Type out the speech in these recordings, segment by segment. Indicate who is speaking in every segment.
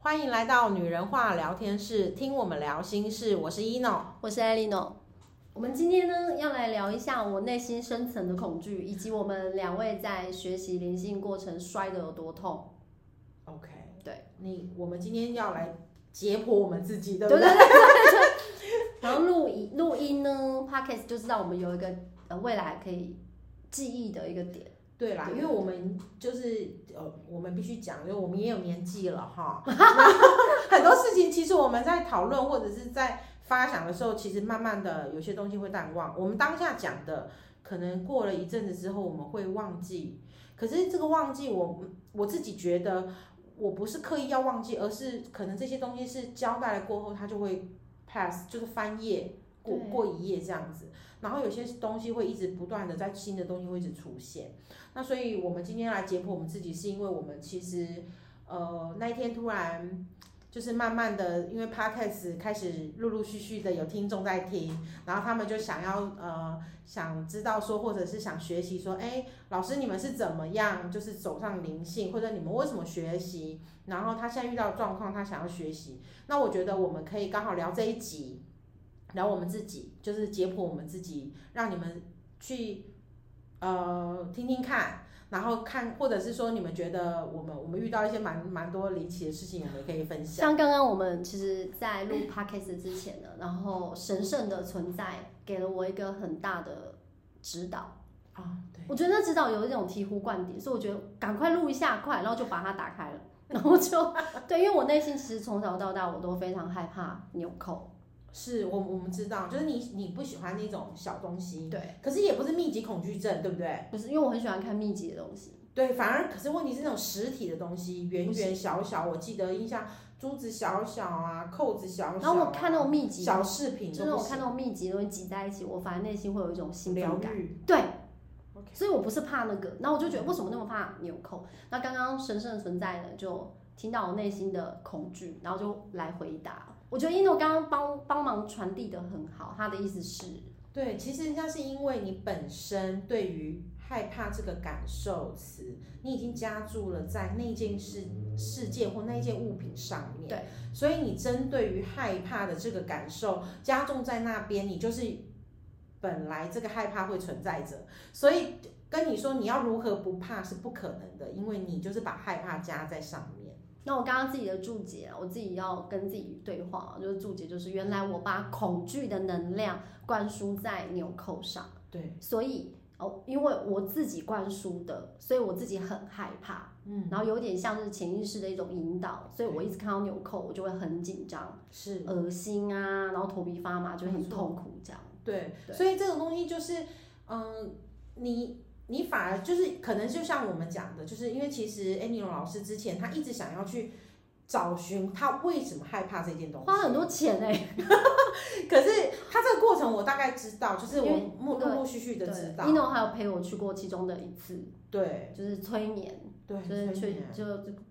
Speaker 1: 欢迎来到女人话聊天室，听我们聊心事。我是 ino，
Speaker 2: 我是艾莉诺。我们今天呢，要来聊一下我内心深层的恐惧，以及我们两位在学习灵性过程摔得有多痛。
Speaker 1: OK，
Speaker 2: 对
Speaker 1: 你，我们今天要来解剖我们自己，对
Speaker 2: 对
Speaker 1: 不
Speaker 2: 对
Speaker 1: 对？
Speaker 2: 对对。 然后录音录音呢 p o d c a s t 就知道我们有一个呃未来可以记忆的一个点。
Speaker 1: 对啦，
Speaker 2: 对
Speaker 1: 因为我们就是呃，我们必须讲，因为我们也有年纪了 哈，很多事情其实我们在讨论或者是在发想的时候，其实慢慢的有些东西会淡忘。我们当下讲的，可能过了一阵子之后，我们会忘记。可是这个忘记我，我自己觉得我不是刻意要忘记，而是可能这些东西是交代了过后，它就会 pass，就是翻页过
Speaker 2: 对
Speaker 1: 过一页这样子。然后有些东西会一直不断的在新的东西会一直出现。那所以我们今天来解剖我们自己，是因为我们其实呃那一天突然。就是慢慢的，因为 podcast 开始陆陆续续的有听众在听，然后他们就想要呃想知道说，或者是想学习说，哎，老师你们是怎么样就是走上灵性，或者你们为什么学习？然后他现在遇到的状况，他想要学习，那我觉得我们可以刚好聊这一集，聊我们自己，就是解剖我们自己，让你们去呃听听看。然后看，或者是说你们觉得我们我们遇到一些蛮蛮多离奇的事情，我们也可以分享。
Speaker 2: 像刚刚我们其实，在录 podcast 之前呢，然后神圣的存在给了我一个很大的指导。
Speaker 1: 啊，对，
Speaker 2: 我觉得那指导有一种醍醐灌顶，所以我觉得赶快录一下，快，然后就把它打开了，然后就 对，因为我内心其实从小到大我都非常害怕纽扣，
Speaker 1: 是我我们知道，就是你你不喜欢那种小东西，
Speaker 2: 对，
Speaker 1: 可是也不是密集恐惧症，对不对？
Speaker 2: 不是因为我很喜欢看秘籍的东西，
Speaker 1: 对，反而可是问题是那种实体的东西，圆圆小小，我记得印象珠子小小啊，扣子小小、啊
Speaker 2: 然后我看那种秘籍，
Speaker 1: 小饰品
Speaker 2: 就
Speaker 1: 都
Speaker 2: 是
Speaker 1: 不
Speaker 2: 我
Speaker 1: 行，
Speaker 2: 看那种秘籍的东西挤在一起，我反而内心会有一种兴
Speaker 1: 疗
Speaker 2: 奋感，
Speaker 1: 愈，
Speaker 2: 对
Speaker 1: OK
Speaker 2: 所以我不是怕那个，然后我就觉得为什么那么怕纽扣？那刚刚神圣的存在呢，就听到我内心的恐惧，然后就来回答。我觉得 ino 刚刚帮帮忙传递的很好，他的意思是，
Speaker 1: 对，其实人家是因为你本身对于害怕这个感受词，你已经加注了在那件事事件或那件物品上面，
Speaker 2: 对，
Speaker 1: 所以你针对于害怕的这个感受加重在那边，你就是本来这个害怕会存在着，所以跟你说你要如何不怕是不可能的，因为你就是把害怕加在上面。
Speaker 2: 那我刚刚自己的注解啊，我自己要跟自己对话啊，就是注解就是原来我把恐惧的能量灌输在纽扣上，
Speaker 1: 对，
Speaker 2: 所以哦，因为我自己灌输的，所以我自己很害怕，
Speaker 1: 嗯，
Speaker 2: 然后有点像是潜意识的一种引导，所以我一直看到纽扣，我就会很紧张、
Speaker 1: 是。
Speaker 2: 恶心啊，然后头皮发麻，就会很痛苦这样。
Speaker 1: 对，
Speaker 2: 对
Speaker 1: 所以这种东西就是，嗯，你你反而就是可能就像我们讲的，就是因为其实 a n i 老师之前他一直想要去找寻他为什么害怕这件东
Speaker 2: 花了很
Speaker 1: 西，
Speaker 2: 多钱哎、
Speaker 1: 可是他这个过程我大概知道，就是
Speaker 2: 因
Speaker 1: 我
Speaker 2: 为
Speaker 1: 陆
Speaker 2: 那个
Speaker 1: 陆陆续续的
Speaker 2: 欸对
Speaker 1: 知道，
Speaker 2: ，ino 还有陪我去过其中的一次，
Speaker 1: 对
Speaker 2: 就是催眠。
Speaker 1: 对，
Speaker 2: 就是
Speaker 1: 所以
Speaker 2: 催
Speaker 1: 你
Speaker 2: 就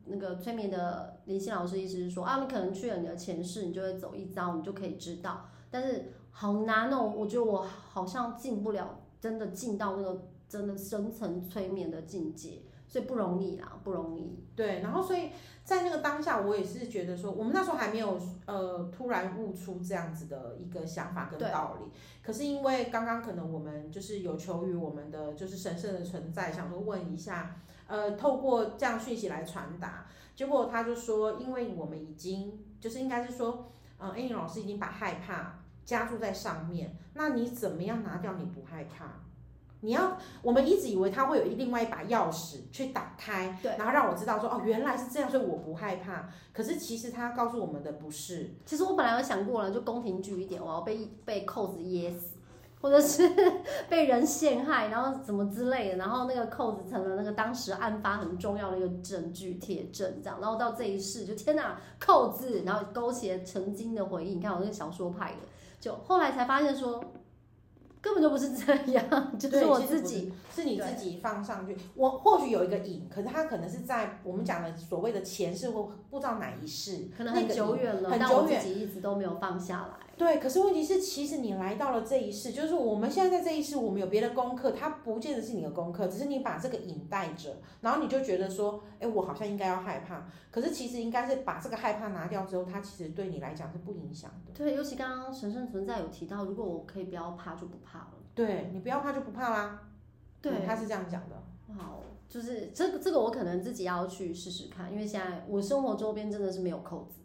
Speaker 2: 那个催眠的林欣老师意思是说啊，你可能去了你的前世，你就会走一遭，你就可以知道。但是好难哦，我觉得我好像进不了，真的进到那个真的深层催眠的境界，所以不容易啦，不容易。
Speaker 1: 对，然后所以在那个当下，我也是觉得说，我们那时候还没有呃突然悟出这样子的一个想法跟
Speaker 2: 对
Speaker 1: 道理。可是因为刚刚可能我们就是有求于我们的就是神圣的存在，想说问一下，呃，透过这样讯息来传达，结果他就说，因为我们已经就是应该是说，呃，A 老师已经把害怕加注在上面，那你怎么样拿掉你不害怕？你要，我们一直以为他会有一另外一把钥匙去打开，
Speaker 2: 对，
Speaker 1: 然后让我知道说哦，原来是这样，所以我不害怕。可是其实他告诉我们的不是，
Speaker 2: 其实我本来有想过了，就宫廷剧一点，我要被被扣子噎死，或者是 被人陷害，然后怎么之类的，然后那个扣子成了那个当时案发很重要的一个证据铁证，这样，然后到这一世就天哪，扣子，然后勾起了曾经的回忆。你看我那个小说派的，就后来才发现说，根本就不是这样，就是
Speaker 1: 对
Speaker 2: 我
Speaker 1: 其实
Speaker 2: 自
Speaker 1: 不是
Speaker 2: 己
Speaker 1: 是你自
Speaker 2: 对
Speaker 1: 己放上去。我或许有一个影，可是他可能是在我们讲的所谓的前世或不知道哪一世，
Speaker 2: 可能
Speaker 1: 那
Speaker 2: 很
Speaker 1: 个
Speaker 2: 久
Speaker 1: 影
Speaker 2: 远了，
Speaker 1: 很
Speaker 2: 但
Speaker 1: 久
Speaker 2: 我
Speaker 1: 远
Speaker 2: 自己一直都没有放下来。
Speaker 1: 对，可是问题是，其实你来到了这一世，就是我们现在在这一世，我们有别的功课，它不见得是你的功课，只是你把这个瘾带着，然后你就觉得说，哎，我好像应该要害怕，可是其实应该是把这个害怕拿掉之后，它其实对你来讲是不影响的。
Speaker 2: 对，尤其刚刚神圣存在有提到，如果我可以不要怕就不怕了。
Speaker 1: 对你不要怕就不怕啦，
Speaker 2: 对，
Speaker 1: 嗯他是这样讲的。
Speaker 2: 哇哦，就是这个这个我可能自己要去试试看，因为现在我生活周边真的是没有扣子，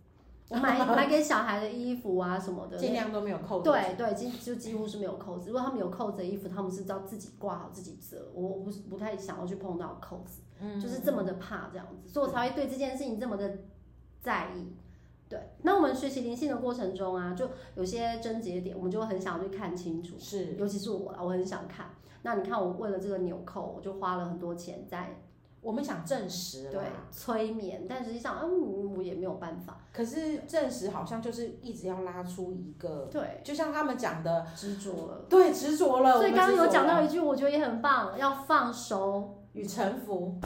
Speaker 2: 我 买买给小孩的衣服啊什么的，
Speaker 1: 尽量都没有扣子。
Speaker 2: 对对，几就几乎是没有扣子。如果他们有扣子的衣服，他们是要自己挂好自己折。我我不是不太想要去碰到扣子，
Speaker 1: 嗯，
Speaker 2: 就是这么的怕这样子，所以我才会对这件事情这么的在意。对，那我们学习灵性的过程中啊，就有些症结点，我们就会很想要去看清楚。
Speaker 1: 是
Speaker 2: 尤其是我啦，我很想看。那你看，我为了这个纽扣，我就花了很多钱在
Speaker 1: 我们想证实
Speaker 2: 对
Speaker 1: 啦，
Speaker 2: 催眠，但实际上，嗯，我也没有办法。
Speaker 1: 可是证实好像就是一直要拉出一个，
Speaker 2: 对，
Speaker 1: 就像他们讲的，
Speaker 2: 执着了。
Speaker 1: 对，执着了。
Speaker 2: 所以
Speaker 1: 我们
Speaker 2: 刚刚
Speaker 1: 执着
Speaker 2: 有讲到
Speaker 1: 了
Speaker 2: 一句，我觉得也很棒，要放手，
Speaker 1: 与臣服，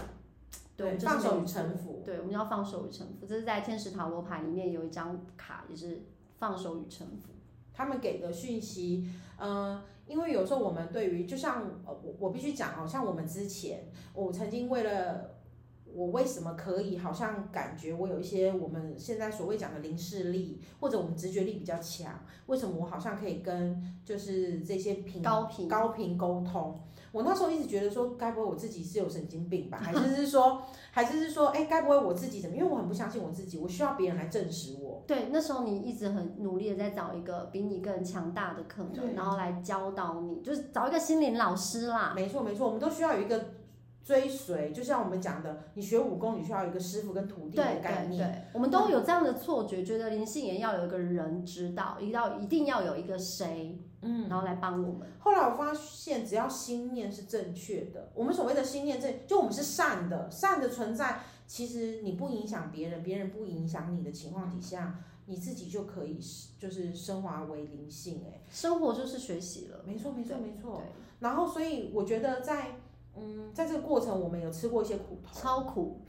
Speaker 2: 对，就是
Speaker 1: 放手
Speaker 2: 没
Speaker 1: 与
Speaker 2: 有
Speaker 1: 臣服。
Speaker 2: 对，我们要放手与臣服。这是在天使塔罗牌里面有一张卡，也是放手与臣服。
Speaker 1: 他们给的讯息，呃，因为有时候我们对于，就像呃，我我必须讲哦，像我们之前，我曾经为了我为什么可以，好像感觉我有一些我们现在所谓讲的灵视力，或者我们直觉力比较强，为什么我好像可以跟就是这些平
Speaker 2: 高频，
Speaker 1: 嗯高频沟通。我那时候一直觉得说，该不会我自己是有神经病吧？还是是说，还是是说，哎、该不会我自己怎么？因为我很不相信我自己，我需要别人来证实我。
Speaker 2: 对，那时候你一直很努力的在找一个比你更强大的可能，
Speaker 1: 对
Speaker 2: 然后来教导你，就是找一个心灵老师啦。
Speaker 1: 没错没错，我们都需要有一个追随，就像我们讲的，你学武功，你需要有一个师傅跟徒弟
Speaker 2: 对
Speaker 1: 的概
Speaker 2: 对
Speaker 1: 念。
Speaker 2: 对，我们都有这样的错觉，觉得灵性也要有一个人指导，一定要一定要有一个谁，嗯，然后来帮我们。
Speaker 1: 后来我发现，只要心念是正确的，我们所谓的心念正，就我们是善的，善的存在，其实你不影响别人，别人不影响你的情况底下，你自己就可以是就是升华为灵性、哎。
Speaker 2: 生活就是学习了，
Speaker 1: 没错，没错，
Speaker 2: 对
Speaker 1: 没错
Speaker 2: 对。，
Speaker 1: 然后，所以我觉得在嗯，在这个过程，我们有吃过一些苦头。
Speaker 2: 超 苦，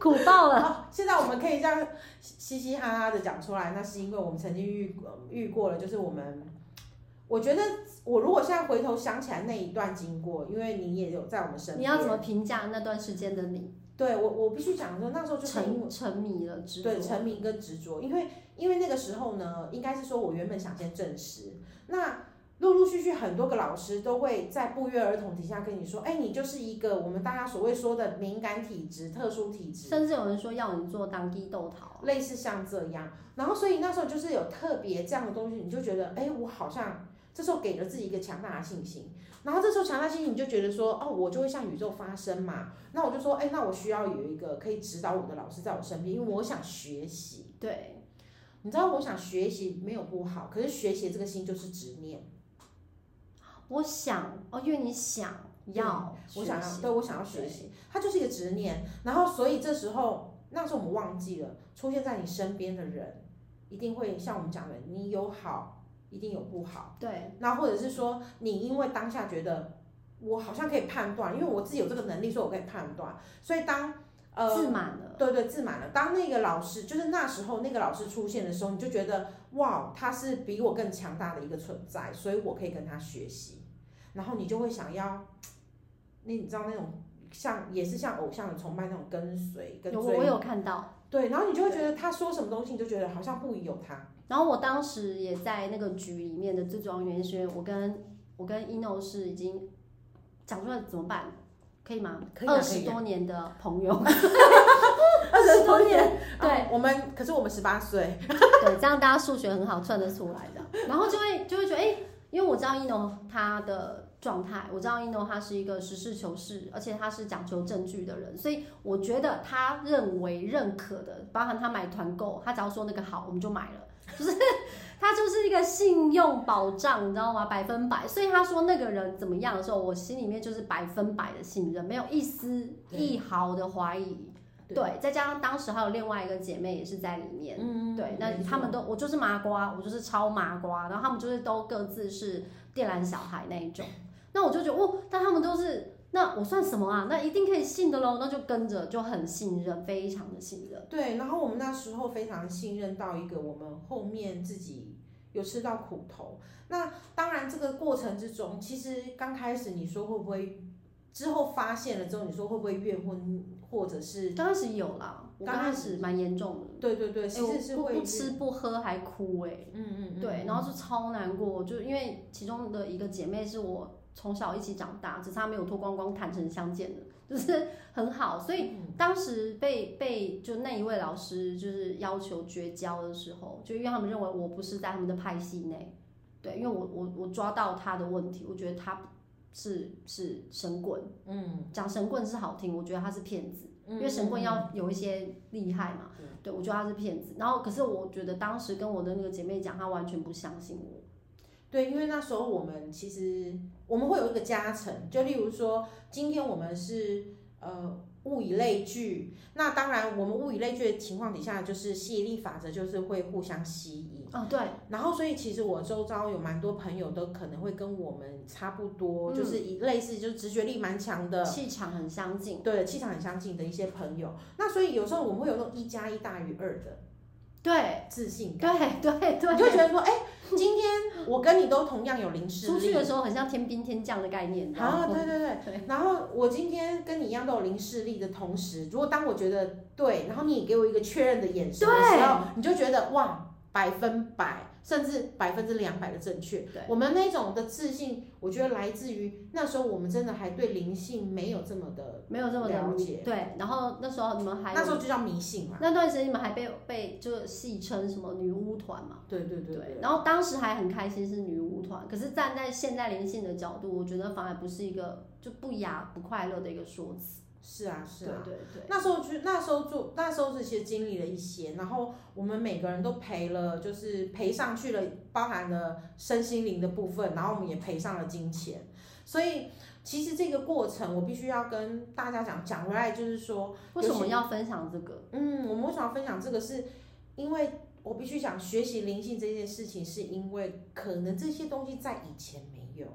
Speaker 2: 苦爆了。
Speaker 1: 好，现在我们可以这样嘻嘻哈哈的讲出来，那是因为我们曾经遇过遇过了，就是我们，我觉得我如果现在回头想起来那一段经过，因为你也有在我们身
Speaker 2: 你
Speaker 1: 边，
Speaker 2: 要怎么评价那段时间的你？
Speaker 1: 对我，我必须讲说，那时候就是因为
Speaker 2: 沉沉迷了，执着。
Speaker 1: 对沉迷跟执着，因为因为那个时候呢，应该是说我原本想先证实，那陆陆续续很多个老师都会在不约而同底下跟你说，哎、你就是一个我们大家所谓说的敏感体质、特殊体质，
Speaker 2: 甚至有人说要你做当地豆桃，
Speaker 1: 类似像这样。然后所以那时候就是有特别这样的东西，你就觉得，哎、我好像这时候给了自己一个强大的信心，然后这时候强大信心你就觉得说，哦，我就会向宇宙发声嘛。那我就说，哎、那我需要有一个可以指导我的老师在我身边，因为我想学习。
Speaker 2: 对，
Speaker 1: 你知道我想学习没有不好，可是学习这个心就是执念，
Speaker 2: 我想哦，因为你想要学习，
Speaker 1: 我想要，对我想要学习，它就是一个执念。然后所以这时候，那时候我们忘记了，出现在你身边的人，一定会像我们讲的，你有好，一定有不好。
Speaker 2: 对
Speaker 1: 那或者是说，你因为当下觉得我好像可以判断，因为我自己有这个能力，所以我可以判断。所以当呃
Speaker 2: 自满了，
Speaker 1: 对对，自满了。当那个老师，就是那时候那个老师出现的时候，你就觉得哇，他是比我更强大的一个存在，所以我可以跟他学习。然后你就会想要，那你知道那种像也是像偶像的崇拜那种跟随跟
Speaker 2: 有我我
Speaker 1: 追，
Speaker 2: 有看到。
Speaker 1: 对，然后你就会觉得他说什么东西，你就觉得好像不疑有他。
Speaker 2: 然后我当时也在那个局里面的最主要原因是因为我跟我跟 ino 是已经讲出来怎么办，可以吗？
Speaker 1: 可以啊
Speaker 2: 二
Speaker 1: 可
Speaker 2: 十
Speaker 1: 以啊
Speaker 2: 多年的朋友，
Speaker 1: 二十多年，
Speaker 2: 对
Speaker 1: 啊我们可是我们十八岁，
Speaker 2: 对，这样大家数学很好，算得出来的。然后就会就会觉得，哎、因为我知道一农他的状态，我知道一农他是一个实事求是，而且他是讲求证据的人，所以我觉得他认为认可的，包含他买团购，他只要说那个好，我们就买了，就是他就是一个信用保障，你知道吗？百分百。所以他说那个人怎么样的时候，我心里面就是百分百的信任，没有一丝
Speaker 1: 对
Speaker 2: 一毫的怀疑。
Speaker 1: 对
Speaker 2: 对，再加上当时还有另外一个姐妹也是在里面，
Speaker 1: 嗯
Speaker 2: 对，那他们都我就是麻瓜，我就是超麻瓜，然后他们就是都各自是电缆小孩那一种。那我就觉得，哦，但他们都是那我算什么啊？那一定可以信的喽，那就跟着就很信任，非常的信任。
Speaker 1: 对，然后我们那时候非常信任到一个我们后面自己有吃到苦头。那当然，这个过程之中，其实刚开始你说会不会，之后发现了之后，你说会不会怨婚，或者是
Speaker 2: 刚开始有啦，我刚
Speaker 1: 刚开
Speaker 2: 开
Speaker 1: 始
Speaker 2: 始蛮严重的，
Speaker 1: 对对对，
Speaker 2: 哎
Speaker 1: 其
Speaker 2: 我
Speaker 1: 实是
Speaker 2: 不
Speaker 1: 会
Speaker 2: 不吃不喝还哭哎、
Speaker 1: 嗯嗯嗯，
Speaker 2: 对，然后就超难过，就因为其中的一个姐妹是我从小一起长大，只差没有脱光光坦诚相见的，就是很好。所
Speaker 1: 嗯
Speaker 2: 以当时被被就那一位老师就是要求绝交的时候，就因为他们认为我不是在他们的派系内，对，因为我我我抓到他的问题，我觉得他是是神棍，
Speaker 1: 嗯，
Speaker 2: 讲神棍是好听，我觉得他是骗子。
Speaker 1: 嗯
Speaker 2: 因为神棍要有一些厉害嘛，对我觉得他是骗子。然后可是我觉得当时跟我的那个姐妹讲，她完全不相信我。
Speaker 1: 对，因为那时候我们其实我们会有一个加成，就例如说，今天我们是呃物以类聚，那当然我们物以类聚的情况底下，就是吸引力法则就是会互相吸引。
Speaker 2: 哦，对，
Speaker 1: 然后，所以其实我周遭有蛮多朋友都可能会跟我们差不多，
Speaker 2: 嗯
Speaker 1: 就是一类似就是直觉力蛮强的，
Speaker 2: 气场很相近。
Speaker 1: 对气场很相近的一些朋友。那所以有时候我们会有那种一加一大于二的
Speaker 2: 对，
Speaker 1: 自信感，
Speaker 2: 对，对，
Speaker 1: 你就会觉
Speaker 2: 对。
Speaker 1: 得说，哎、今天我跟你都同样有零视
Speaker 2: 出
Speaker 1: 力
Speaker 2: 去，的时候很像天兵天将的概念，然
Speaker 1: 啊，
Speaker 2: 后
Speaker 1: 对对对。然后我今天跟你一样都有零视力的同时，如果当我觉得对，然后你也给我一个确认的眼神的时候，你就觉得哇，百分百甚至百分之两百的正确。
Speaker 2: 对
Speaker 1: 我们那种的自信，我觉得来自于那时候我们真的还对灵性没有这么的，
Speaker 2: 没有这么
Speaker 1: 了
Speaker 2: 的
Speaker 1: 解
Speaker 2: 对，然后那时候你们还有
Speaker 1: 那时候就叫迷信嘛。
Speaker 2: 那段时间你们还被被就戏称什么女巫团嘛。
Speaker 1: 对对对
Speaker 2: 哦对
Speaker 1: 对，，
Speaker 2: 然后当时还很开心是女巫团，可是站在现代灵性的角度，我觉得反而不是一个就不雅不快乐的一个说辞。
Speaker 1: 是啊是
Speaker 2: 对
Speaker 1: 啊。
Speaker 2: 对对，
Speaker 1: 那时候就那时候做那时候这些经历了一些，然后我们每个人都赔了，就是赔上去了，包含了身心灵的部分，然后我们也赔上了金钱。所以其实这个过程，我必须要跟大家讲讲回来，就是说，
Speaker 2: 为什么要分享这个？
Speaker 1: 嗯，我们为什么要分享这个是？因为我必须讲，学习灵性这件事情，是因为可能这些东西在以前没有。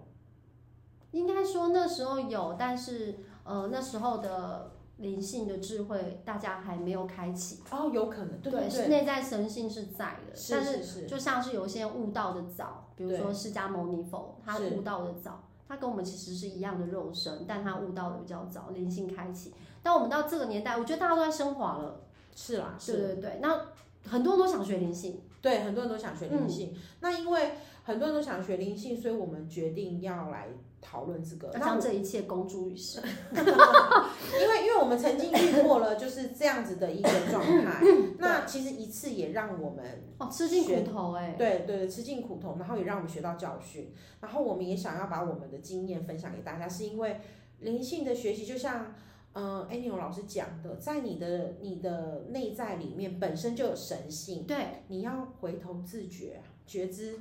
Speaker 2: 应该说那时候有，但是呃那时候的灵性的智慧大家还没有开启，
Speaker 1: 哦，有可能，对对
Speaker 2: 是
Speaker 1: 对，
Speaker 2: 内在神性是在的，但
Speaker 1: 是是。
Speaker 2: 就像是有一些人悟道的早，比如说释迦牟尼佛，他
Speaker 1: 是
Speaker 2: 悟道的早，他跟我们其实是一样的肉身，但他悟道的比较早，灵性开启。但我们到这个年代，我觉得大家都在升华了，
Speaker 1: 是啦，啊
Speaker 2: 对
Speaker 1: 是
Speaker 2: 对对，那很多人都想学灵性，
Speaker 1: 对，很多人都想学灵性。那因为很多人都想学灵性，所以我们决定要来讨论这个。
Speaker 2: 要
Speaker 1: 那
Speaker 2: 将
Speaker 1: 我
Speaker 2: 这一切公诸于世。
Speaker 1: 因为因为我们曾经遇过了就是这样子的一个状态，那其实一次也让我们
Speaker 2: 哦，吃尽
Speaker 1: 学
Speaker 2: 苦头哎、
Speaker 1: 对对，吃尽苦头，然后也让我们学到教训，然后我们也想要把我们的经验分享给大家，是因为灵性的学习就像。嗯 a n n 老师讲的，在你的你的内在里面本身就有神性，
Speaker 2: 对，
Speaker 1: 你要回头自觉啊，觉知，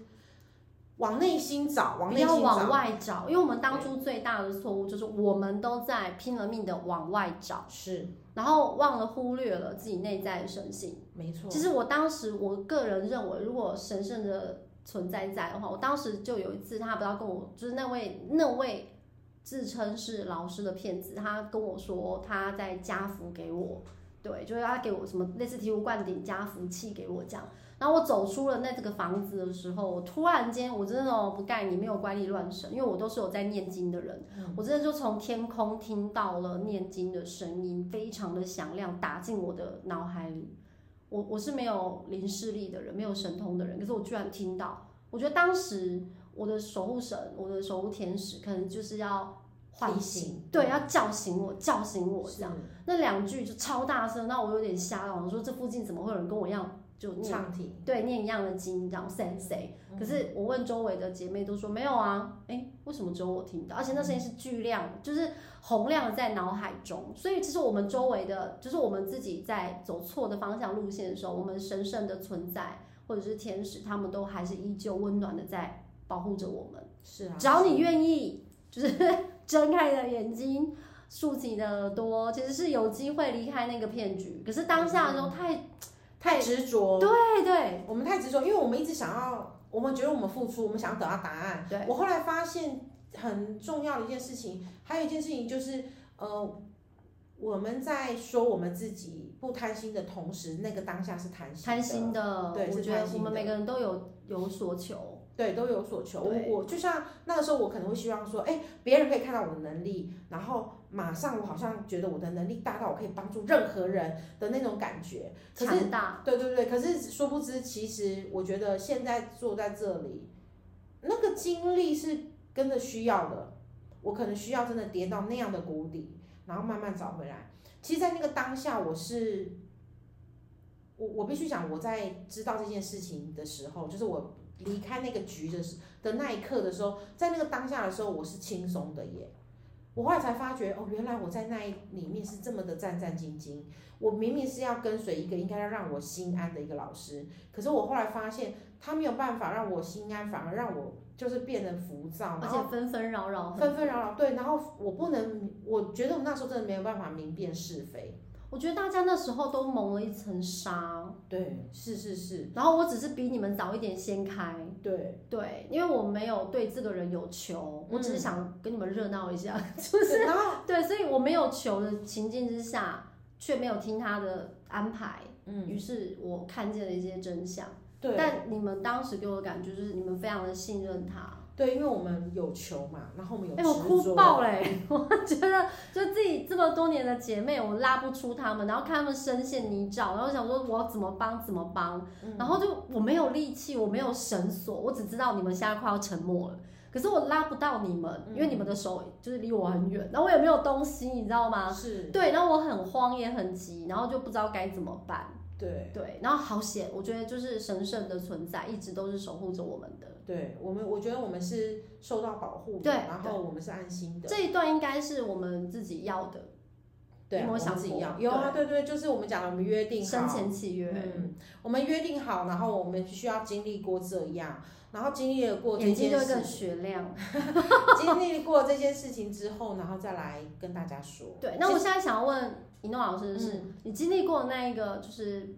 Speaker 1: 往内心找，往
Speaker 2: 不
Speaker 1: 内心
Speaker 2: 要
Speaker 1: 找，
Speaker 2: 往外找，因为我们当初最大的错误就是我们都在拼了命的往外找，
Speaker 1: 是
Speaker 2: 然后忘了忽略了自己内在的神性。
Speaker 1: 没错
Speaker 2: 其，实我当时我个人认为，如果神圣的存在在的话，我当时就有一次，他不知道跟我，就是那位那位自称是老师的骗子，他跟我说他在加福给我，对，就是他给我什么类似醍醐灌顶加福气给我这样。然后我走出了那这个房子的时候，我突然间我真的哦不盖你没有怪力乱神，因为我都是有在念经的人，我真的就从天空听到了念经的声音，非常的响亮，打进我的脑海里。我我是没有灵视力的人，没有神通的人，可是我居然听到，我觉得当时我的守护神，我的守护天使，可能就是要唤
Speaker 1: 提
Speaker 2: 醒
Speaker 1: 醒，嗯
Speaker 2: 对，要叫醒我，叫醒我这
Speaker 1: 是
Speaker 2: 样。那两句就超大声，那我有点吓到，我说这附近怎么会有人跟我一样就念
Speaker 1: 唱题，
Speaker 2: 对念一样的经，然后谁谁？可是我问周围的姐妹都说没有啊，哎、为什么只有我听到？而且那声音是巨亮，就是洪亮在脑海中。所以其实我们周围的，就是我们自己在走错的方向路线的时候，我们神圣的存在或者是天使，他们都还是依旧温暖的在保护着我们。
Speaker 1: 是啊，
Speaker 2: 只要你愿意，就是 睁开你的眼睛，竖起你的耳朵，其实是有机会离开那个骗局。可是当下的时候太
Speaker 1: 太执着，
Speaker 2: 对对
Speaker 1: 我们太执着，因为我们一直想要，我们觉得我们付出，我们想要得到答案。
Speaker 2: 对
Speaker 1: 我后来发现，很重要的一件事情。还有一件事情就是，呃，我们在说我们自己不贪心的同时，那个当下是贪心的，
Speaker 2: 贪心的，
Speaker 1: 对
Speaker 2: 我
Speaker 1: 是
Speaker 2: 觉得
Speaker 1: 贪心
Speaker 2: 我们
Speaker 1: 的
Speaker 2: 每个人都有有所求，
Speaker 1: 对，都有所求。
Speaker 2: 对
Speaker 1: 我我就像那个时候，我可能会希望说，哎，别人可以看到我的能力，然后马上我好像觉得我的能力大到我可以帮助任何人的那种感觉。可是，
Speaker 2: 强大，
Speaker 1: 对对对，可是殊不知，其实我觉得现在坐在这里，那个经历是跟着需要的。我可能需要真的跌到那样的谷底，然后慢慢找回来。其实，在那个当下，我是。我我必须讲，我在知道这件事情的时候，就是我离开那个局的时的那一刻的时候，在那个当下的时候，我是轻松的耶。我后来才发觉，哦，原来我在那一里面是这么的战战兢兢。我明明是要跟随一个应该要让我心安的一个老师，可是我后来发现他没有办法让我心安，反而让我就是变得浮躁，
Speaker 2: 而
Speaker 1: 然后
Speaker 2: 且纷纷扰扰，
Speaker 1: 纷纷扰扰。对，然后我不能，我觉得我那时候真的没有办法明辨是非。
Speaker 2: 我觉得大家那时候都蒙了一层纱，
Speaker 1: 对，是是是，
Speaker 2: 然后我只是比你们早一点掀开，
Speaker 1: 对，
Speaker 2: 对，因为我没有对这个人有求，我只是
Speaker 1: 嗯
Speaker 2: 想跟你们热闹一下，
Speaker 1: 就
Speaker 2: 就
Speaker 1: 是是然后
Speaker 2: 对，所以我没有求的情境之下，却没有听他的安排，
Speaker 1: 嗯，
Speaker 2: 于是我看见了一些真相。
Speaker 1: 对，
Speaker 2: 但你们当时给我的感觉就是你们非常的信任他，
Speaker 1: 对，因为我们有球嘛，然后我们有
Speaker 2: 哎、
Speaker 1: 执着。
Speaker 2: 我哭爆嘞、 我觉得就自己这么多年的姐妹，我拉不出她们，然后看她们深陷泥沼，然后想说我怎么帮怎么帮，
Speaker 1: 嗯
Speaker 2: 然后就我没有力气，我没有绳索，我只知道你们现在快要沉没了。可是我拉不到你们，
Speaker 1: 嗯
Speaker 2: 因为你们的手就是离我很远，然后我也没有东西，你知道吗？
Speaker 1: 是，
Speaker 2: 对，然后我很慌也很急，然后就不知道该怎么办。
Speaker 1: 对
Speaker 2: 对，然后好险，我觉得就是神圣的存在一直都是守护着我们的。
Speaker 1: 对，我们我觉得我们是受到保护的，
Speaker 2: 对
Speaker 1: 然后我们是安心的。
Speaker 2: 这一段应该是我们自己要的
Speaker 1: 对啊，
Speaker 2: 有没有
Speaker 1: 我
Speaker 2: 想
Speaker 1: 们是一
Speaker 2: 过
Speaker 1: 样，有啊，对对，就是我们讲的，我们约定好，
Speaker 2: 生前契约，
Speaker 1: 嗯，我们约定好，然后我们需要经历过这样，然后经历了过这
Speaker 2: 眼睛
Speaker 1: 件
Speaker 2: 就会
Speaker 1: 事
Speaker 2: 更，雪亮。
Speaker 1: 经历过这件事情之后，然后再来跟大家说。嗯
Speaker 2: 对，那我现在想要问一诺老师的是，你经历过那一个就是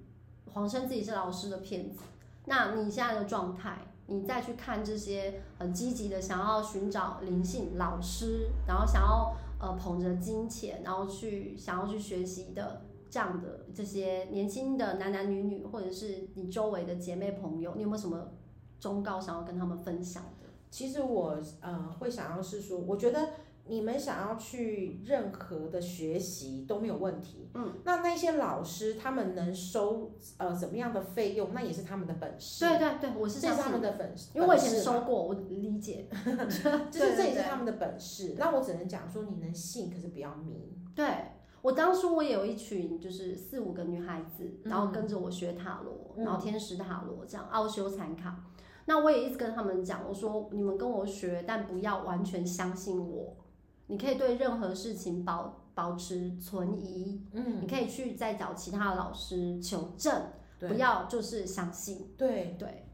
Speaker 2: 黄生自己是老师的骗子，那你现在的状态，你再去看这些很积极的想要寻找灵性老师，然后想要呃捧着金钱，然后去想要去学习的。这样的这些年轻的男男女女，或者是你周围的姐妹朋友，你有没有什么忠告想要跟他们分享的？
Speaker 1: 其实我呃会想要是说，我觉得你们想要去任何的学习都没有问题。
Speaker 2: 嗯，
Speaker 1: 那那些老师他们能收呃怎么样的费用，那也是他们的本事。
Speaker 2: 对对对，我是
Speaker 1: 这
Speaker 2: 这样
Speaker 1: 是他
Speaker 2: 想
Speaker 1: 们
Speaker 2: 的，
Speaker 1: 的粉丝，
Speaker 2: 因为我以前
Speaker 1: 本事嘛
Speaker 2: 收过，我理解。
Speaker 1: 就是这
Speaker 2: 对
Speaker 1: 也是
Speaker 2: 对
Speaker 1: 他们的本事。那我只能讲说，你能信，可是不要迷。
Speaker 2: 对我当初我也有一群就是四五个女孩子，
Speaker 1: 嗯
Speaker 2: 然后跟着我学塔罗，
Speaker 1: 嗯
Speaker 2: 然后天使塔罗这样奥修残卡。那我也一直跟他们讲，我说你们跟我学，但不要完全相信我。你可以对任何事情保保持存疑，
Speaker 1: 嗯，
Speaker 2: 你可以去再找其他的老师求证，不
Speaker 1: 对
Speaker 2: 要就是相信。
Speaker 1: 对，
Speaker 2: 对，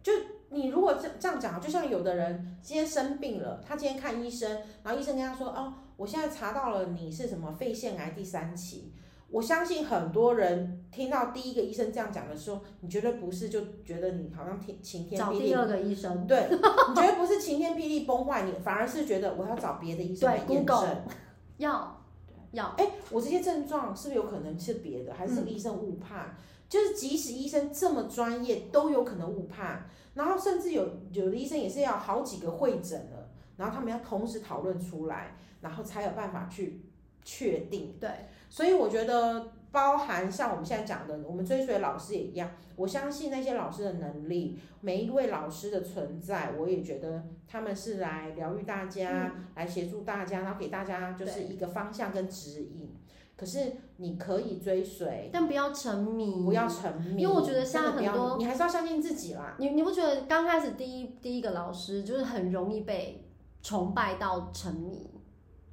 Speaker 1: 你如果这这样讲，就像有的人今天生病了，他今天看医生，然后医生跟他说：“哦，我现在查到了你是什么肺腺癌第三期。”我相信很多人听到第一个医生这样讲的时候，你绝对不是就觉得你好像天晴天
Speaker 2: 找
Speaker 1: 霹
Speaker 2: 第
Speaker 1: 雳，
Speaker 2: 二个医生，
Speaker 1: 嗯对，你绝对不是晴天霹雳崩坏你，反而是觉得我要找别的医生来
Speaker 2: 对
Speaker 1: 验证。
Speaker 2: ，Google 要要，
Speaker 1: 哎，我这些症状是不是有可能是别的，还是这个医生误判？就是即使医生这么专业，都有可能误判。然后甚至有有的医生也是要好几个会诊了，然后他们要同时讨论出来，然后才有办法去确定。
Speaker 2: 对，
Speaker 1: 所以我觉得，包含像我们现在讲的，我们追随老师也一样。我相信那些老师的能力，每一位老师的存在，我也觉得他们是来疗愈大家，
Speaker 2: 嗯
Speaker 1: 来协助大家，然后给大家就是
Speaker 2: 对
Speaker 1: 一个方向跟指引。可是你可以追随，
Speaker 2: 但不要沉迷，
Speaker 1: 不要沉迷，
Speaker 2: 嗯因为我觉得现
Speaker 1: 真
Speaker 2: 在
Speaker 1: 的不要
Speaker 2: 很多
Speaker 1: 你还是要相信自己啦。
Speaker 2: 你你不觉得刚开始第一第一个老师就是很容易被崇拜到沉迷？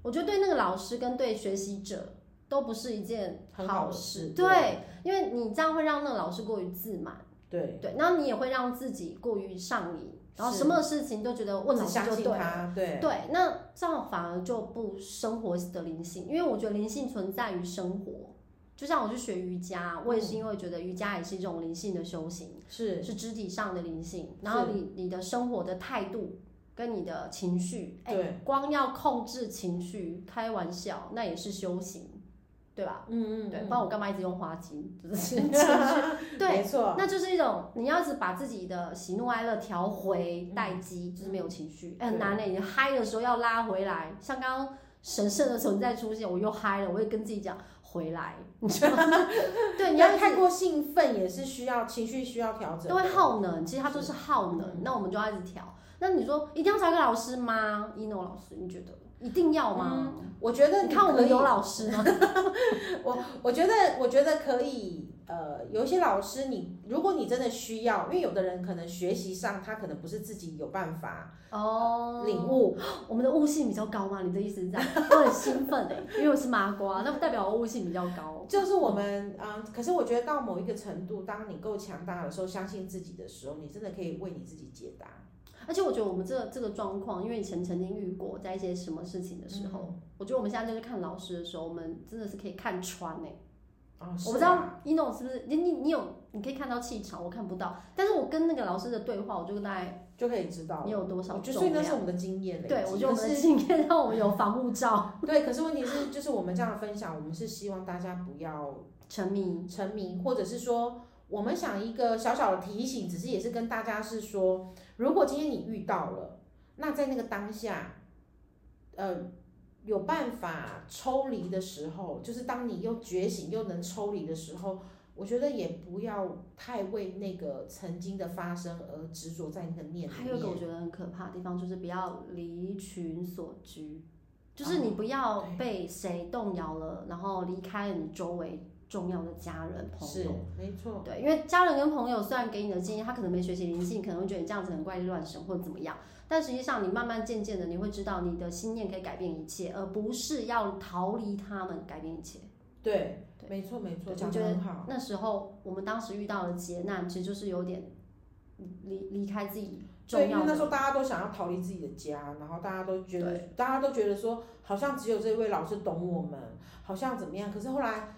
Speaker 2: 我觉得对那个老师跟对学习者都不是一件
Speaker 1: 很好的
Speaker 2: 事。
Speaker 1: 事
Speaker 2: 对，因为你这样会让那个老师过于自满，
Speaker 1: 对，
Speaker 2: 对，然后你也会让自己过于上瘾，然后
Speaker 1: 是
Speaker 2: 什么事情都觉得问
Speaker 1: 只
Speaker 2: 老师
Speaker 1: 相
Speaker 2: 就
Speaker 1: 信
Speaker 2: 对。
Speaker 1: 他，对，
Speaker 2: 对，那这样反而就不生活的灵性，因为我觉得灵性存在于生活。就像我去学瑜伽，我也
Speaker 1: 嗯
Speaker 2: 是因为觉得瑜伽也是一种灵性的修行。
Speaker 1: 是
Speaker 2: 是肢体上的灵性，然后你你的生活的态度跟你的情绪，哎、
Speaker 1: 对
Speaker 2: 光要控制情绪，开玩笑那也是修行，对吧？
Speaker 1: 嗯嗯，
Speaker 2: 对，
Speaker 1: 嗯
Speaker 2: 不然我干嘛一直用花精？ 就是情绪，对
Speaker 1: 没，错，
Speaker 2: 那就是一种你要是把自己的喜怒哀乐调回
Speaker 1: 嗯
Speaker 2: 待机，就是没有情绪，哎
Speaker 1: 对
Speaker 2: 很难嘞、你嗨的时候要拉回来，像刚刚神圣的存在出现，我又嗨了，我也跟自己讲回来，你知道吗？ 对，你
Speaker 1: 你
Speaker 2: 要
Speaker 1: 要
Speaker 2: 一直
Speaker 1: 太过兴奋也是需要情绪需要调整的，
Speaker 2: 都会耗能，其实它都是耗
Speaker 1: 嗯
Speaker 2: 能。那我们就要一直调。那你说一定要找一个老师吗？一诺老师，你觉得一定要吗？
Speaker 1: 我觉得
Speaker 2: 你看我
Speaker 1: 嗯可
Speaker 2: 们
Speaker 1: 以
Speaker 2: 有老师吗？
Speaker 1: 我我觉得，我觉得可以。呃，有一些老师你，如果你真的需要，因为有的人可能学习上他可能不是自己有办法
Speaker 2: 哦，
Speaker 1: 领悟，
Speaker 2: 我们的悟性比较高嘛？你的意思是 这样？我很兴奋哎、因为我是麻瓜，那不代表我悟性比较高。
Speaker 1: 就是我们啊、呃可是我觉得到某一个程度，当你够强大的时候，相信自己的时候，你真的可以为你自己解答。
Speaker 2: 而且我觉得我们这个这个状况，因为以前曾经遇过，在一些什么事情的时候，
Speaker 1: 嗯
Speaker 2: 我觉得我们现在就是看老师的时候，我们真的是可以看穿哎、
Speaker 1: 哦，
Speaker 2: 我不知
Speaker 1: 是
Speaker 2: 道
Speaker 1: 啊
Speaker 2: 一诺是不是你你你有你可以看到气场，我看不到。但是我跟那个老师的对话，我就跟大家
Speaker 1: 就可以知道
Speaker 2: 你
Speaker 1: 了。
Speaker 2: 有多少
Speaker 1: 我觉得所以
Speaker 2: 重
Speaker 1: 那
Speaker 2: 量
Speaker 1: 是？我们的经验累积。
Speaker 2: 对，我觉得我
Speaker 1: 可
Speaker 2: 们的
Speaker 1: 是
Speaker 2: 经验让我们有防护罩，
Speaker 1: 对，可是问题是，就是我们这样的分享，我们是希望大家不要
Speaker 2: 沉迷。
Speaker 1: 沉迷，或者是说，我们想一个小小的提醒，只是也是跟大家是说，如果今天你遇到了，那在那个当下，呃，有办法抽离的时候，就是当你又觉醒又能抽离的时候，我觉得也不要太为那个曾经的发生而执着在那个念
Speaker 2: 还
Speaker 1: 里
Speaker 2: 有一个我
Speaker 1: 面。
Speaker 2: 觉得很可怕的地方就是不要离群所居，就是你不要
Speaker 1: 对
Speaker 2: 被谁动摇了，然后离开了你周围重要的家人朋
Speaker 1: 是
Speaker 2: 友。，
Speaker 1: 没错，
Speaker 2: 对，因为家人跟朋友虽然给你的建议，他可能没学习灵性，可能会觉得你这样子很怪力乱神或者怎么样，但实际上你慢慢渐渐的，你会知道你的心念可以改变一切，而不是要逃离他们改变一切。
Speaker 1: 对，
Speaker 2: 对
Speaker 1: 没错，没错，
Speaker 2: 对
Speaker 1: 讲
Speaker 2: 我
Speaker 1: 得
Speaker 2: 觉得
Speaker 1: 很好。
Speaker 2: 那时候我们当时遇到的劫难，其实就是有点离离开自己
Speaker 1: 对，
Speaker 2: 重
Speaker 1: 因为
Speaker 2: 要
Speaker 1: 那时
Speaker 2: 的。
Speaker 1: 候大家都想要逃离自己的家，然后大家都觉得，大家都觉得说，好像只有这位老师懂我们，好像怎么样。可是后来，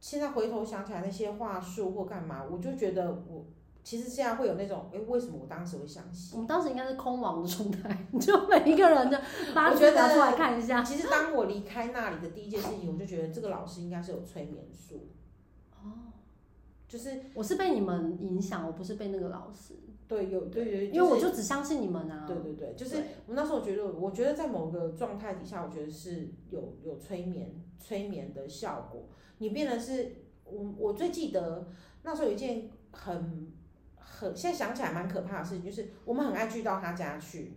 Speaker 1: 现在回头想起来那些话术或干嘛，我就觉得我其实现在会有那种，哎，为什么我当时会相信？
Speaker 2: 我们当时应该是空亡的状态， 就每一个人的把
Speaker 1: 我
Speaker 2: 字
Speaker 1: 觉得
Speaker 2: 拿出来看一下。
Speaker 1: 其实当我离开那里的第一件事情，我就觉得这个老师应该是有催眠术，
Speaker 2: 哦，
Speaker 1: 就是
Speaker 2: 我是被你们影响，我不是被那个老师，
Speaker 1: 对有对对，
Speaker 2: 因为我
Speaker 1: 是
Speaker 2: 就只相信你们啊。
Speaker 1: 对对对，就是
Speaker 2: 对
Speaker 1: 我那时候觉得，我觉得在某个状态底下，我觉得是有有催眠催眠的效果。你变得是，我我最记得那时候有一件很很现在想起来蛮可怕的事情，就是我们很爱聚到他家去。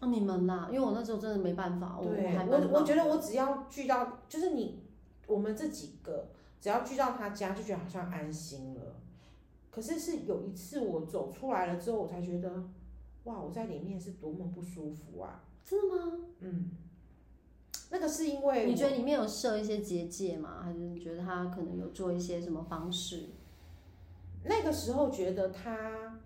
Speaker 2: 哦，你们啦，因为我那时候真的没办法，哦我
Speaker 1: 对
Speaker 2: 还，蛮
Speaker 1: 我我
Speaker 2: 忙
Speaker 1: 觉得我只要聚到，就是你我们这几个只要聚到他家，就觉得好像安心了。可是是有一次我走出来了之后，我才觉得，哇，我在里面是多么不舒服啊！
Speaker 2: 真的吗？
Speaker 1: 嗯，那个是因为
Speaker 2: 你觉
Speaker 1: 我
Speaker 2: 得里面有设一些结界吗？还是你觉得他可能有做一些什么方式？
Speaker 1: 那个时候觉得他，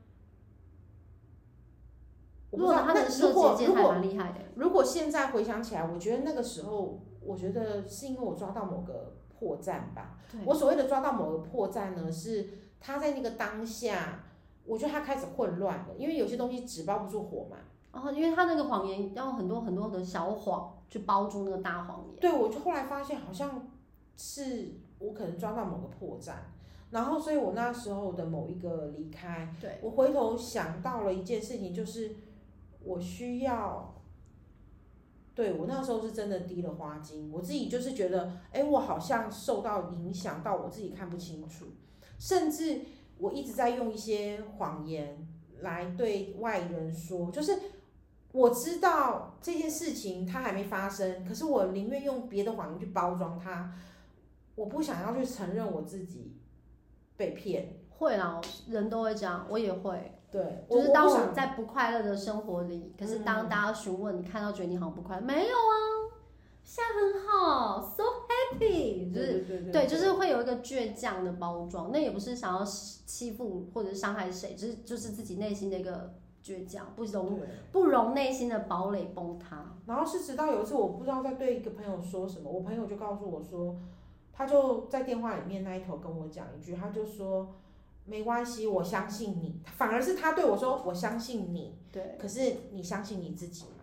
Speaker 1: 我
Speaker 2: 如
Speaker 1: 不知
Speaker 2: 果
Speaker 1: 道
Speaker 2: 他能
Speaker 1: 那
Speaker 2: 设
Speaker 1: 如果
Speaker 2: 结界，
Speaker 1: 如
Speaker 2: 还
Speaker 1: 果
Speaker 2: 蛮厉害的。
Speaker 1: 如果现在回想起来，我觉得那个时候，我觉得是因为我抓到某个破绽吧。
Speaker 2: 对，
Speaker 1: 我所谓的抓到某个破绽呢，是他在那个当下，我觉得他开始混乱了，因为有些东西纸包不住火嘛。
Speaker 2: 哦，因为他那个谎言要很多很多的小谎去包住那个大谎言。
Speaker 1: 对，我就后来发现好像是我可能抓到某个破绽，然后所以我那时候的某一个离开，
Speaker 2: 对，
Speaker 1: 我回头想到了一件事情，就是我需要，对我那时候是真的滴了花精，我自己就是觉得，哎，我好像受到影响到，我自己看不清楚，甚至我一直在用一些谎言来对外人说，就是。我知道这件事情它还没发生，可是我宁愿用别的谎言去包装它，我不想要去承认我自己被骗。
Speaker 2: 会啦，人都会这样，我也会。
Speaker 1: 对，
Speaker 2: 就
Speaker 1: 我
Speaker 2: 是当
Speaker 1: 我不想嗯
Speaker 2: 我在不快乐的生活里，可是当大家询问你，看到觉得你好像不快乐，没有啊，现在很好，so happy，就是
Speaker 1: 对对
Speaker 2: 对，就是会有一个倔强的包装，那也不是想要欺负或者伤害谁，就是就是自己内心的一个倔强，不容
Speaker 1: 对
Speaker 2: 不容内心的堡垒崩塌。
Speaker 1: 然后是直到有一次，我不知道在对一个朋友说什么，我朋友就告诉我说，他就在电话里面那一头跟我讲一句，他就说，没关系，我相信你。反而是他对我说，我相信你。
Speaker 2: 对，
Speaker 1: 可是你相信你自己吗？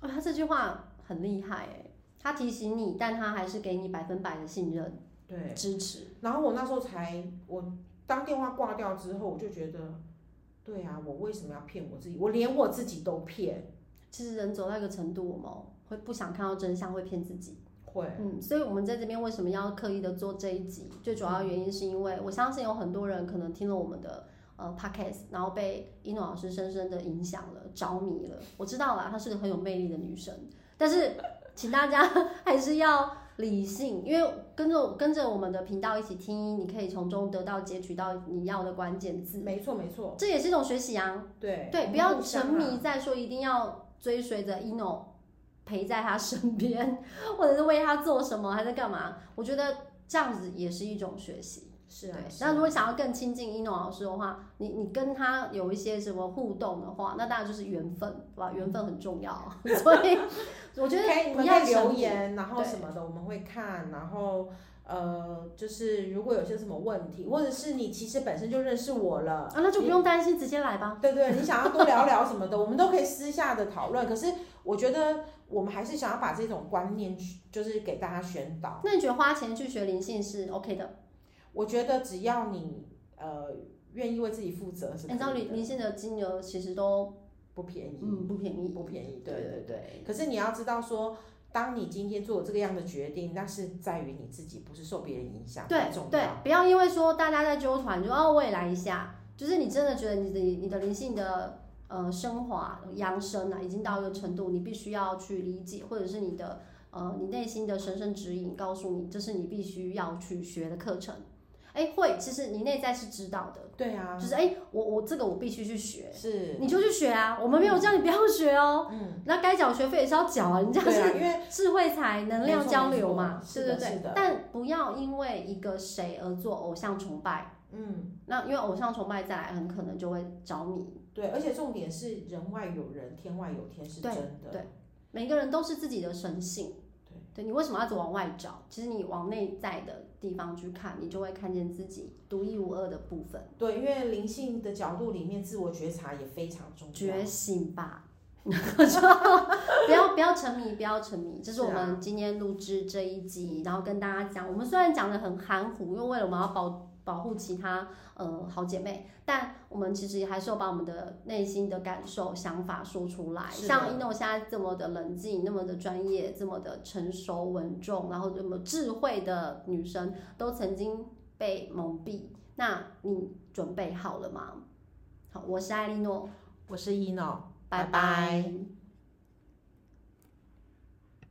Speaker 2: 哦，他这句话很厉害哎，他提醒你，但他还是给你百分百的信任、
Speaker 1: 对。
Speaker 2: 支持。
Speaker 1: 然后我那时候才，我当电话挂掉之后，我就觉得，对啊，我为什么要骗我自己？我连我自己都骗，
Speaker 2: 其实人走到一个程度，我们会不想看到真相，会骗自己。
Speaker 1: 会，
Speaker 2: 嗯，所以我们在这边为什么要刻意的做这一集？最主要原因是因为我相信有很多人可能听了我们的呃 podcast，然后被一诺老师深深的影响了，着迷了。我知道啦，她是个很有魅力的女生，但是请大家还是要理性，因为跟着跟着我们的频道一起听，你可以从中得到截取到你要的关键字，
Speaker 1: 没错没错，
Speaker 2: 这也是一种学习啊。
Speaker 1: 对
Speaker 2: 对，不要
Speaker 1: 互相
Speaker 2: 沉
Speaker 1: 啊
Speaker 2: 迷在说一定要追随着 ino 陪在他身边， 或者是为他做什么，还在干嘛？我觉得这样子也是一种学习。
Speaker 1: 是啊
Speaker 2: 对，，
Speaker 1: 是
Speaker 2: 那如
Speaker 1: 啊
Speaker 2: 果想要更亲近 ino 老师的话，你你跟他有一些什么互动的话，那当然就是缘分，对
Speaker 1: 嗯
Speaker 2: 吧？缘分很重要， 所以我觉得
Speaker 1: 可以你
Speaker 2: 不
Speaker 1: 们
Speaker 2: 要
Speaker 1: 可以
Speaker 2: 沉
Speaker 1: 留
Speaker 2: 迷。
Speaker 1: 言，然后
Speaker 2: 对
Speaker 1: 什么的我们会看，然后呃，就是如果有些什么问题，或者是你其实本身就认识我了。
Speaker 2: 啊，那就不用担心，直接来吧。
Speaker 1: 对对，你想要多聊聊什么的，我们都可以私下的讨论。可是我觉得我们还是想要把这种观念去，就是给大家宣导。
Speaker 2: 那你觉得花钱去学灵性是 OK 的？
Speaker 1: 我觉得只要你呃愿意为自己负责，是
Speaker 2: 哎你知道
Speaker 1: 可以
Speaker 2: 灵
Speaker 1: 的
Speaker 2: 灵性的金额其实都
Speaker 1: 不便宜，
Speaker 2: 嗯不便宜，
Speaker 1: 不便宜，对
Speaker 2: 对
Speaker 1: 对
Speaker 2: 对对。
Speaker 1: 可是你要知道说，当你今天做这个样的决定，那是在于你自己，不是受别人影响，
Speaker 2: 对
Speaker 1: 很重
Speaker 2: 对
Speaker 1: 要。，
Speaker 2: 不要因为说大家在纠团，就哦我也来一下，就是你真的觉得你的你的灵性的呃升华扬升啊，已经到一个程度，你必须要去理解，或者是你的呃你内心的神圣指引告诉你，这是你必须要去学的课程。哎，会，其实你内在是知道的，
Speaker 1: 对啊，
Speaker 2: 就是哎，我我这个我必须去学，
Speaker 1: 是，
Speaker 2: 你就去学啊，我们没有叫你不要学哦，
Speaker 1: 嗯，
Speaker 2: 那该缴学费也是要缴啊，人家
Speaker 1: 对
Speaker 2: 是
Speaker 1: 啊，因为
Speaker 2: 智慧财能量交流嘛
Speaker 1: 没，错
Speaker 2: 对
Speaker 1: 没错
Speaker 2: 对
Speaker 1: 是的
Speaker 2: 对
Speaker 1: 是的。
Speaker 2: 但不要因为一个谁而做偶像崇拜，
Speaker 1: 嗯，
Speaker 2: 那因为偶像崇拜再来，很可能就会着迷。
Speaker 1: 对，而且重点是人外有人，天外有天，是
Speaker 2: 对
Speaker 1: 真的。
Speaker 2: 对每个人都是自己的神性，
Speaker 1: 对
Speaker 2: 对，你为什么要一直往外找？其实你往内在的地方去看，你就会看见自己独一无二的部分。
Speaker 1: 对，因为灵性的角度里面，自我觉察也非常重要。
Speaker 2: 觉醒吧， 不要不要沉迷，不要沉迷。这是我
Speaker 1: 是啊
Speaker 2: 们今天录制这一集，然后跟大家讲，我们虽然讲的很含糊，因为为了我们要保保护其他呃好姐妹，但我们其实还是有把我们的内心的感受、想法说出来。
Speaker 1: 是的
Speaker 2: 像 ino 现在这么的冷静、那么的专业、这么的成熟稳重，然后这么智慧的女生，都曾经被蒙蔽。那你准备好了吗？好，我是艾莉诺。
Speaker 1: 我是一诺，
Speaker 2: 拜
Speaker 1: 拜
Speaker 2: 拜。
Speaker 1: 拜